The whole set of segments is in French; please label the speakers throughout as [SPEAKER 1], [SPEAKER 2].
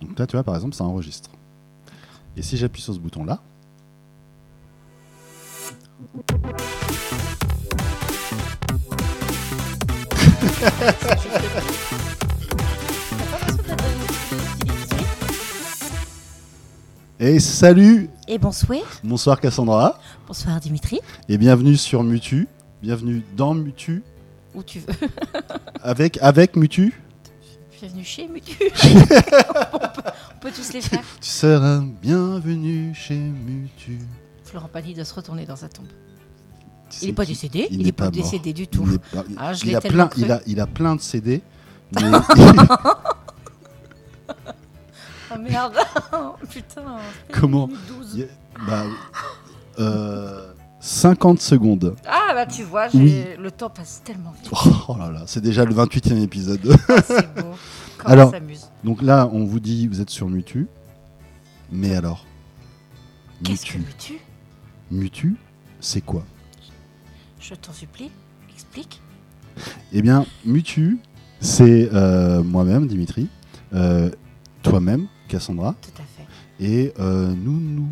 [SPEAKER 1] Donc là, tu vois, par exemple, ça enregistre. Et si j'appuie sur ce bouton-là, et salut
[SPEAKER 2] Et bonsoir,
[SPEAKER 1] Bonsoir Cassandra,
[SPEAKER 2] bonsoir Dimitri,
[SPEAKER 1] et bienvenue sur Mutu, bienvenue dans Mutu,
[SPEAKER 2] où tu veux.
[SPEAKER 1] avec, avec Mutu,
[SPEAKER 2] Bienvenue chez Mutu. on, peut, on peut tous les faire.
[SPEAKER 1] tu seras bienvenue chez Mutu.
[SPEAKER 2] Florent Pagny doit se retourner dans sa tombe.
[SPEAKER 1] Tu sais
[SPEAKER 2] Il n'est pas
[SPEAKER 1] qui-
[SPEAKER 2] décédé,
[SPEAKER 1] il
[SPEAKER 2] il
[SPEAKER 1] n'est
[SPEAKER 2] n'est pas,
[SPEAKER 1] pas mort.
[SPEAKER 2] décédé du
[SPEAKER 1] Il,
[SPEAKER 2] tout.
[SPEAKER 1] est pas-
[SPEAKER 2] Ah, je
[SPEAKER 1] il
[SPEAKER 2] l'ai
[SPEAKER 1] a plein,
[SPEAKER 2] tellement cru.
[SPEAKER 1] il, a, il a plein de CD, mais
[SPEAKER 2] Oh merde, Oh, putain.
[SPEAKER 1] Comment
[SPEAKER 2] 12.
[SPEAKER 1] il y a- bah, euh, 50 secondes.
[SPEAKER 2] Ah bah tu vois,
[SPEAKER 1] Oui.
[SPEAKER 2] j'ai- le temps passe tellement vite.
[SPEAKER 1] Oh là là, c'est déjà le 28e épisode.
[SPEAKER 2] Ah, C'est beau. Comme
[SPEAKER 1] Alors-
[SPEAKER 2] on s'amuse.
[SPEAKER 1] Donc là, on vous dit, vous êtes sur Mutu. Mais alors
[SPEAKER 2] Qu'est-ce que
[SPEAKER 1] Mutu,
[SPEAKER 2] Mutu
[SPEAKER 1] Mutu, c'est quoi
[SPEAKER 2] Je t'en supplie, explique.
[SPEAKER 1] Eh bien, Mutu, c'est euh, moi-même, Dimitri, euh, toi-même, Cassandra,
[SPEAKER 2] Tout à fait.
[SPEAKER 1] et euh, nous nous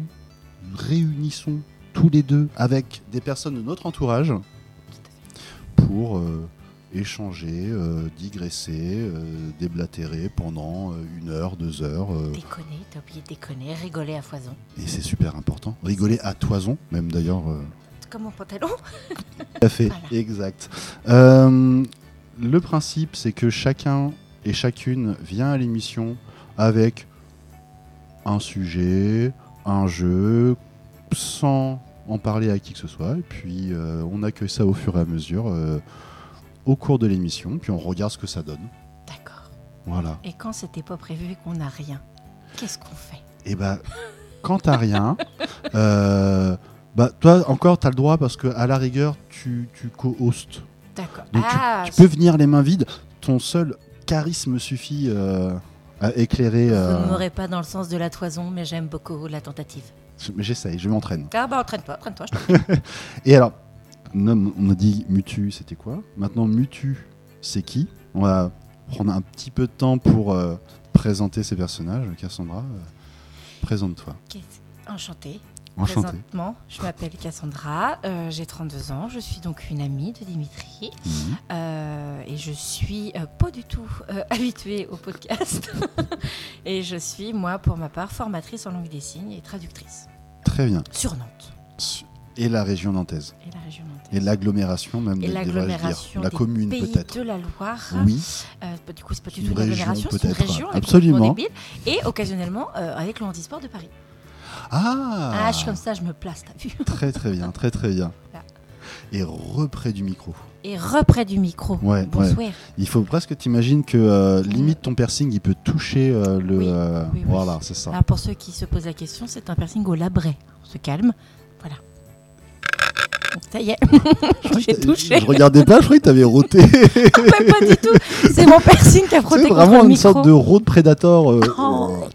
[SPEAKER 1] réunissons tous les deux avec des personnes de notre entourage pour euh, échanger, euh, digresser, euh, déblatérer pendant euh, une heure, deux heures. euh,
[SPEAKER 2] Déconner, t'as oublié de déconner, rigoler à foison.
[SPEAKER 1] et c'est super important. Rigoler à toison, même d'ailleurs. euh,
[SPEAKER 2] Comme mon pantalon.
[SPEAKER 1] Tout à fait,
[SPEAKER 2] Voilà.
[SPEAKER 1] exact. Euh, le principe, c'est que chacun et chacune vient à l'émission avec un sujet, un jeu, sans en parler à qui que ce soit. Et puis, euh, on accueille ça au fur et à mesure euh, au cours de l'émission. Puis, on regarde ce que ça donne.
[SPEAKER 2] D'accord.
[SPEAKER 1] Voilà.
[SPEAKER 2] Et quand c'était pas prévu et qu'on n'a rien, qu'est-ce qu'on fait
[SPEAKER 1] Et bah, quand t'as rien, euh, bah, toi encore, t'as le droit parce que, à la rigueur, tu, tu co-hostes.
[SPEAKER 2] D'accord.
[SPEAKER 1] Donc tu-
[SPEAKER 2] ah,
[SPEAKER 1] tu, peux venir les mains vides. Ton seul charisme suffit euh, à éclairer. euh,
[SPEAKER 2] Vous ne m'aurez pas dans le sens de la toison, mais j'aime beaucoup la tentative.
[SPEAKER 1] je- mais J'essaye, je m'entraîne.
[SPEAKER 2] Ah bah entraîne-toi, entraîne-toi. je t'en prie.
[SPEAKER 1] Et alors, non, on a dit Mutu, c'était quoi Maintenant, Mutu, c'est qui On va prendre un petit peu de temps pour euh, présenter ces personnages. Cassandra, euh, présente-toi.
[SPEAKER 2] Qu'est- Enchantée.
[SPEAKER 1] Enchantée.
[SPEAKER 2] Présentement, je m'appelle Cassandra, euh, j'ai 32 ans, je suis donc une amie de Dimitri
[SPEAKER 1] Mhm.
[SPEAKER 2] euh, et je suis euh, pas du tout euh, habituée au podcast. et je suis, moi, pour ma part, formatrice en langue des signes et traductrice
[SPEAKER 1] Très bien.
[SPEAKER 2] sur Nantes
[SPEAKER 1] Et la région nantaise.
[SPEAKER 2] et la région nantaise.
[SPEAKER 1] Et l'agglomération même,
[SPEAKER 2] Et
[SPEAKER 1] devrais-je dire.
[SPEAKER 2] l'agglomération
[SPEAKER 1] La
[SPEAKER 2] des
[SPEAKER 1] commune
[SPEAKER 2] Pays
[SPEAKER 1] peut-être.
[SPEAKER 2] de la Loire,
[SPEAKER 1] Oui,
[SPEAKER 2] Euh, bah, du coup, c'est pas du
[SPEAKER 1] Une
[SPEAKER 2] tout une
[SPEAKER 1] région,
[SPEAKER 2] agglomération, c'est une
[SPEAKER 1] peut-être.
[SPEAKER 2] région.
[SPEAKER 1] Absolument.
[SPEAKER 2] complètement débile. Et occasionnellement, euh, avec le handisport de Paris.
[SPEAKER 1] Ah,
[SPEAKER 2] Ah, je suis comme ça, je me place, t'as vu
[SPEAKER 1] Très très bien, très très bien.
[SPEAKER 2] Voilà.
[SPEAKER 1] Et reprès du micro.
[SPEAKER 2] Et reprès du micro.
[SPEAKER 1] Ouais,
[SPEAKER 2] Bonsoir.
[SPEAKER 1] Il faut presque t'imagines que euh, limite ton piercing il peut toucher euh, le.
[SPEAKER 2] Oui,
[SPEAKER 1] euh,
[SPEAKER 2] oui, Ah, oui.
[SPEAKER 1] Voilà, c'est ça.
[SPEAKER 2] Alors, pour ceux qui se posent la question, c'est un piercing au labret. On se calme. Voilà. Donc, ça y est, j'ai touché.
[SPEAKER 1] Je regardais pas, je croyais que t'avais roté.
[SPEAKER 2] Mais pas du tout. C'est mon piercing qui a frotté
[SPEAKER 1] c'est
[SPEAKER 2] contre
[SPEAKER 1] vraiment
[SPEAKER 2] le
[SPEAKER 1] une
[SPEAKER 2] micro.
[SPEAKER 1] sorte de road predator. euh,
[SPEAKER 2] Oh.
[SPEAKER 1] euh,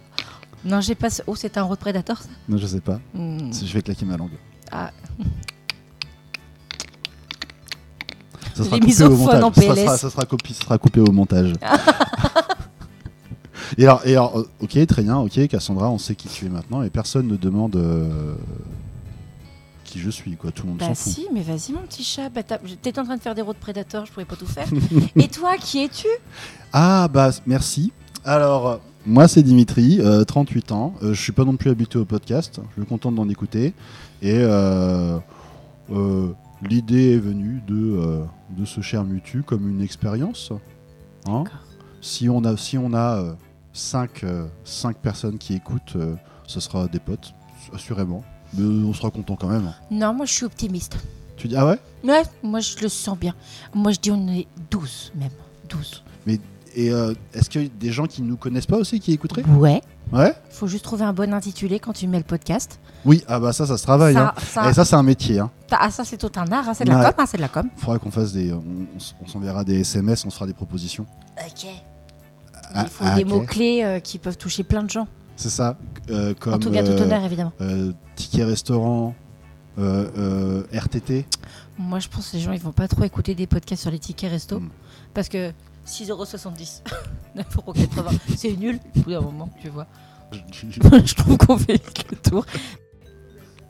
[SPEAKER 2] Non, j'ai pas. ce- Oh, c'est un road predator. ça
[SPEAKER 1] Non, je sais pas.
[SPEAKER 2] Hmm.
[SPEAKER 1] Je vais claquer ma langue.
[SPEAKER 2] Ah.
[SPEAKER 1] Ça
[SPEAKER 2] Les
[SPEAKER 1] coupé au
[SPEAKER 2] misophones
[SPEAKER 1] montage.
[SPEAKER 2] en
[SPEAKER 1] Ça sera,
[SPEAKER 2] PLS.
[SPEAKER 1] ça sera copi- sera coupé au montage. et, alors, et alors, euh, ok, très bien, ok, Cassandra, on sait qui tu es maintenant et personne ne demande euh, qui je suis, quoi. Tout le monde
[SPEAKER 2] Bah
[SPEAKER 1] s'en fout.
[SPEAKER 2] si, mais vas-y mon petit chat. Bah, t'as- T'étais en train de faire des road predators, je pouvais pas tout faire. Et toi, qui es-tu
[SPEAKER 1] Ah bah merci. Alors euh, moi c'est Dimitri, euh, 38 ans. Euh, je suis pas non plus habitué au podcast. Je suis content d'en écouter. Et euh, euh, l'idée est venue de euh, de ce cher Mutu comme une expérience. Hein
[SPEAKER 2] D'accord.
[SPEAKER 1] si on a si on a euh, 5 personnes qui écoutent, euh, ce sera des potes assurément. Mais on sera content quand même.
[SPEAKER 2] Non, moi je suis optimiste.
[SPEAKER 1] Tu dis ah ouais
[SPEAKER 2] Ouais, moi je le sens bien. Moi je dis on est 12 même. 12.
[SPEAKER 1] Et euh, est-ce qu'il y a des gens qui nous connaissent pas aussi qui écouteraient
[SPEAKER 2] Ouais.
[SPEAKER 1] Ouais.
[SPEAKER 2] Faut juste trouver un bon intitulé quand tu mets le podcast.
[SPEAKER 1] Oui ah bah ça ça se travaille. hein.
[SPEAKER 2] ça, ça,
[SPEAKER 1] Et ça c'est un métier. hein.
[SPEAKER 2] ça- ah, ça c'est tout un art, hein, c'est de la
[SPEAKER 1] Ouais.
[SPEAKER 2] com, hein, c'est de la com.
[SPEAKER 1] faudra qu'on fasse des. On, on s- on s'enverra des SMS, on se fera des propositions.
[SPEAKER 2] Ok.
[SPEAKER 1] Ah,
[SPEAKER 2] Il faut
[SPEAKER 1] ah,
[SPEAKER 2] des
[SPEAKER 1] ok.
[SPEAKER 2] mots-clés euh, qui peuvent toucher plein de gens.
[SPEAKER 1] C'est ça. euh, comme
[SPEAKER 2] en tout cas, tout
[SPEAKER 1] euh,
[SPEAKER 2] honneur évidemment.
[SPEAKER 1] euh, ticket restaurant, euh, euh, RTT.
[SPEAKER 2] Moi je pense que les gens ils vont pas trop écouter des podcasts sur les tickets resto.
[SPEAKER 1] Hmm.
[SPEAKER 2] Parce que 6,70€. 9,80€. C'est nul. Au bout d'un moment, tu vois.
[SPEAKER 1] Je-
[SPEAKER 2] je trouve qu'on fait le tour.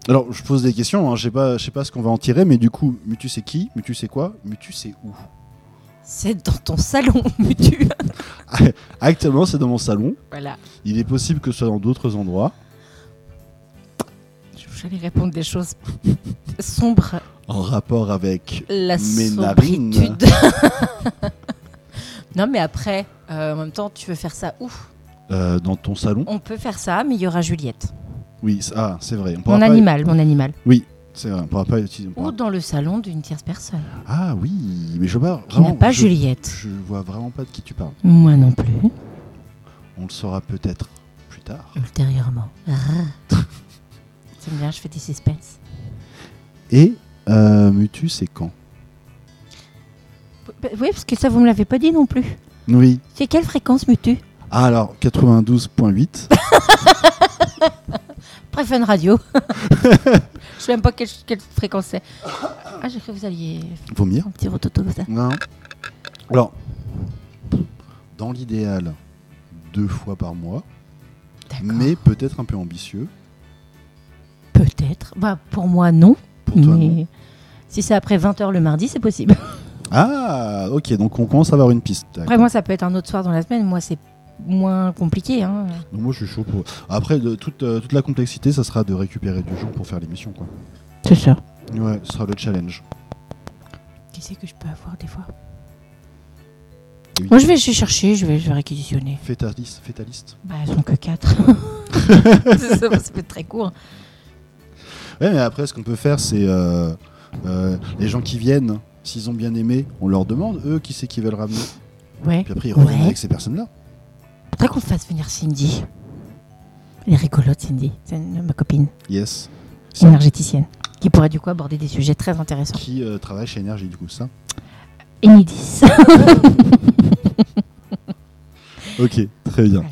[SPEAKER 1] Alors, je pose des questions, hein, je sais pas, je sais pas ce qu'on va en tirer, mais du coup, Mutu c'est qui Mutu c'est quoi Mutu c'est où
[SPEAKER 2] C'est dans ton salon, Mutu.
[SPEAKER 1] Actuellement, c'est dans mon salon.
[SPEAKER 2] Voilà.
[SPEAKER 1] Il est possible que ce soit dans d'autres endroits.
[SPEAKER 2] J'allais répondre des choses sombres.
[SPEAKER 1] En rapport avec.
[SPEAKER 2] La
[SPEAKER 1] Mes
[SPEAKER 2] sobritude. non, mais après, euh, en même temps, tu veux faire ça où
[SPEAKER 1] euh, dans ton salon
[SPEAKER 2] On peut faire ça, mais il y aura Juliette.
[SPEAKER 1] Oui, c'est- ah, c'est vrai. On pourra
[SPEAKER 2] Mon
[SPEAKER 1] pas-
[SPEAKER 2] animal, mon animal.
[SPEAKER 1] C'est vrai, on pourra pas utiliser. on pourra-
[SPEAKER 2] Ou dans le salon d'une tierce personne.
[SPEAKER 1] Ah oui, mais je vois
[SPEAKER 2] Qui n'a
[SPEAKER 1] vraiment.
[SPEAKER 2] pas
[SPEAKER 1] Ah je,
[SPEAKER 2] Juliette.
[SPEAKER 1] je vois vraiment pas de qui tu parles.
[SPEAKER 2] Moi non plus.
[SPEAKER 1] On le saura peut-être plus tard.
[SPEAKER 2] Ultérieurement. Ah. J'aime bien, je fais des suspense.
[SPEAKER 1] Et euh, Mutu c'est quand
[SPEAKER 2] Bah, Oui, parce que ça, vous me l'avez pas dit non plus.
[SPEAKER 1] Oui.
[SPEAKER 2] C'est quelle fréquence, Mutu
[SPEAKER 1] Ah, alors 92.8.
[SPEAKER 2] Préfun Radio. je sais même pas quelle, quelle fréquence c'est. Ah, j'ai cru que vous alliez
[SPEAKER 1] Vomir
[SPEAKER 2] faire un petit rototo comme ça.
[SPEAKER 1] Non. Alors, dans l'idéal, deux fois par mois,
[SPEAKER 2] D'accord.
[SPEAKER 1] mais peut-être un peu ambitieux.
[SPEAKER 2] Peut-être. Bah, pour moi, non.
[SPEAKER 1] Pour toi,
[SPEAKER 2] mais
[SPEAKER 1] non
[SPEAKER 2] si c'est après 20h le mardi, c'est possible.
[SPEAKER 1] Ah, ok, donc on commence à avoir une piste. D'accord.
[SPEAKER 2] Après, moi, ça peut être un autre soir dans la semaine. Moi, c'est moins compliqué. hein.
[SPEAKER 1] Donc moi, je suis chaud pour. Après, de- toute, euh, toute la complexité, ça sera de récupérer du jour pour faire l'émission, quoi.
[SPEAKER 2] C'est ça.
[SPEAKER 1] Ouais, ce sera le challenge.
[SPEAKER 2] Qui c'est que je peux avoir des fois
[SPEAKER 1] Oui.
[SPEAKER 2] Moi, je vais chercher, je vais, je vais réquisitionner.
[SPEAKER 1] Fais ta liste. Fais ta liste.
[SPEAKER 2] Bah, elles sont que 4. ça, ça peut être très court.
[SPEAKER 1] Ouais, mais après, ce qu'on peut faire, c'est euh, euh, les gens qui viennent, s'ils ont bien aimé, on leur demande eux qui c'est qui veulent ramener.
[SPEAKER 2] Ouais.
[SPEAKER 1] Puis après, ils reviennent
[SPEAKER 2] Ouais.
[SPEAKER 1] avec ces personnes-là.
[SPEAKER 2] Faudrait qu'on fasse venir Cindy. Elle est rigolote, Cindy. C'est une- ma copine
[SPEAKER 1] Yes. Ça.
[SPEAKER 2] énergéticienne. Qui pourrait du coup aborder des sujets très intéressants.
[SPEAKER 1] Qui euh, travaille chez Énergie, du coup, c'est ça.
[SPEAKER 2] Enidis.
[SPEAKER 1] Ok, très bien.
[SPEAKER 2] Voilà.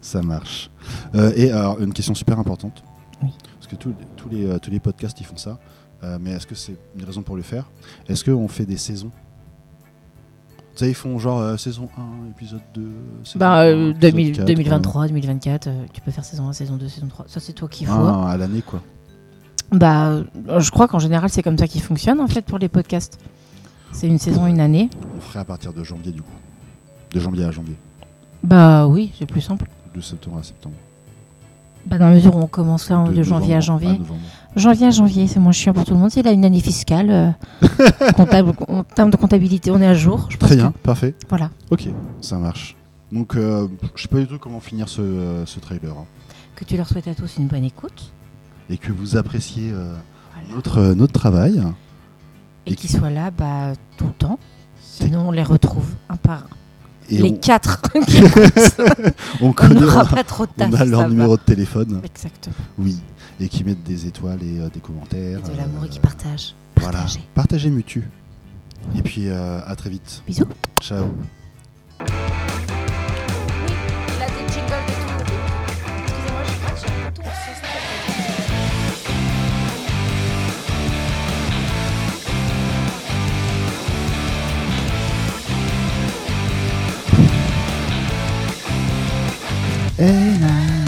[SPEAKER 1] Ça marche. Euh, et alors, une question super importante.
[SPEAKER 2] Oui.
[SPEAKER 1] Parce que tous tous les, euh, tous les podcasts, ils font ça. Euh, mais est-ce que c'est une raison pour le faire Est-ce qu'on fait des saisons Tu sais, ils font genre euh, saison 1, épisode 2, saison
[SPEAKER 2] Bah,
[SPEAKER 1] un,
[SPEAKER 2] euh,
[SPEAKER 1] épisode
[SPEAKER 2] 2000
[SPEAKER 1] quatre,
[SPEAKER 2] 2023, 2024, euh, tu peux faire saison 1, saison 2, saison 3. Ça, c'est toi qui
[SPEAKER 1] euh,
[SPEAKER 2] vois.
[SPEAKER 1] un à l'année, quoi.
[SPEAKER 2] Bah, euh, je crois qu'en général, c'est comme ça qu'ils fonctionnent en fait pour les podcasts. C'est une saison, une année.
[SPEAKER 1] On ferait à partir de janvier, du coup. De janvier à janvier.
[SPEAKER 2] Bah oui, c'est plus simple.
[SPEAKER 1] De septembre à septembre.
[SPEAKER 2] Bah, dans la mesure où on commence là, de, janvier à
[SPEAKER 1] novembre
[SPEAKER 2] janvier.
[SPEAKER 1] novembre.
[SPEAKER 2] Janvier à janvier, c'est moins chiant pour tout le monde. Il a une année fiscale, euh, comptable, en termes de comptabilité, on est à jour. Je pense
[SPEAKER 1] Très bien, parfait.
[SPEAKER 2] que- voilà.
[SPEAKER 1] Ok, ça marche. Donc, euh, je sais pas du tout comment finir ce, euh, ce trailer. hein.
[SPEAKER 2] Que tu leur souhaites à tous une bonne écoute.
[SPEAKER 1] Et que vous appréciez euh,
[SPEAKER 2] Voilà.
[SPEAKER 1] notre, euh, notre travail.
[SPEAKER 2] Et qu'ils soient là bah, tout le temps. Sinon, on les retrouve un par un.
[SPEAKER 1] Et
[SPEAKER 2] les
[SPEAKER 1] on-
[SPEAKER 2] quatre.
[SPEAKER 1] on,
[SPEAKER 2] on
[SPEAKER 1] connaît, on
[SPEAKER 2] n'aura
[SPEAKER 1] a,
[SPEAKER 2] pas trop de taf.
[SPEAKER 1] on a
[SPEAKER 2] ça
[SPEAKER 1] leur
[SPEAKER 2] va.
[SPEAKER 1] numéro de téléphone,
[SPEAKER 2] Exactement.
[SPEAKER 1] oui, et qui mettent des étoiles et euh, des commentaires.
[SPEAKER 2] Et de l'amour
[SPEAKER 1] euh,
[SPEAKER 2] et qui partagent.
[SPEAKER 1] Voilà,
[SPEAKER 2] Partagez.
[SPEAKER 1] partagez Mutu. Et puis euh, à très vite.
[SPEAKER 2] Bisous.
[SPEAKER 1] Ciao.
[SPEAKER 3] Il a des jingles de tout le Excusez-moi, je crois que j'ai un bouton sur ce truc.
[SPEAKER 1] Et là.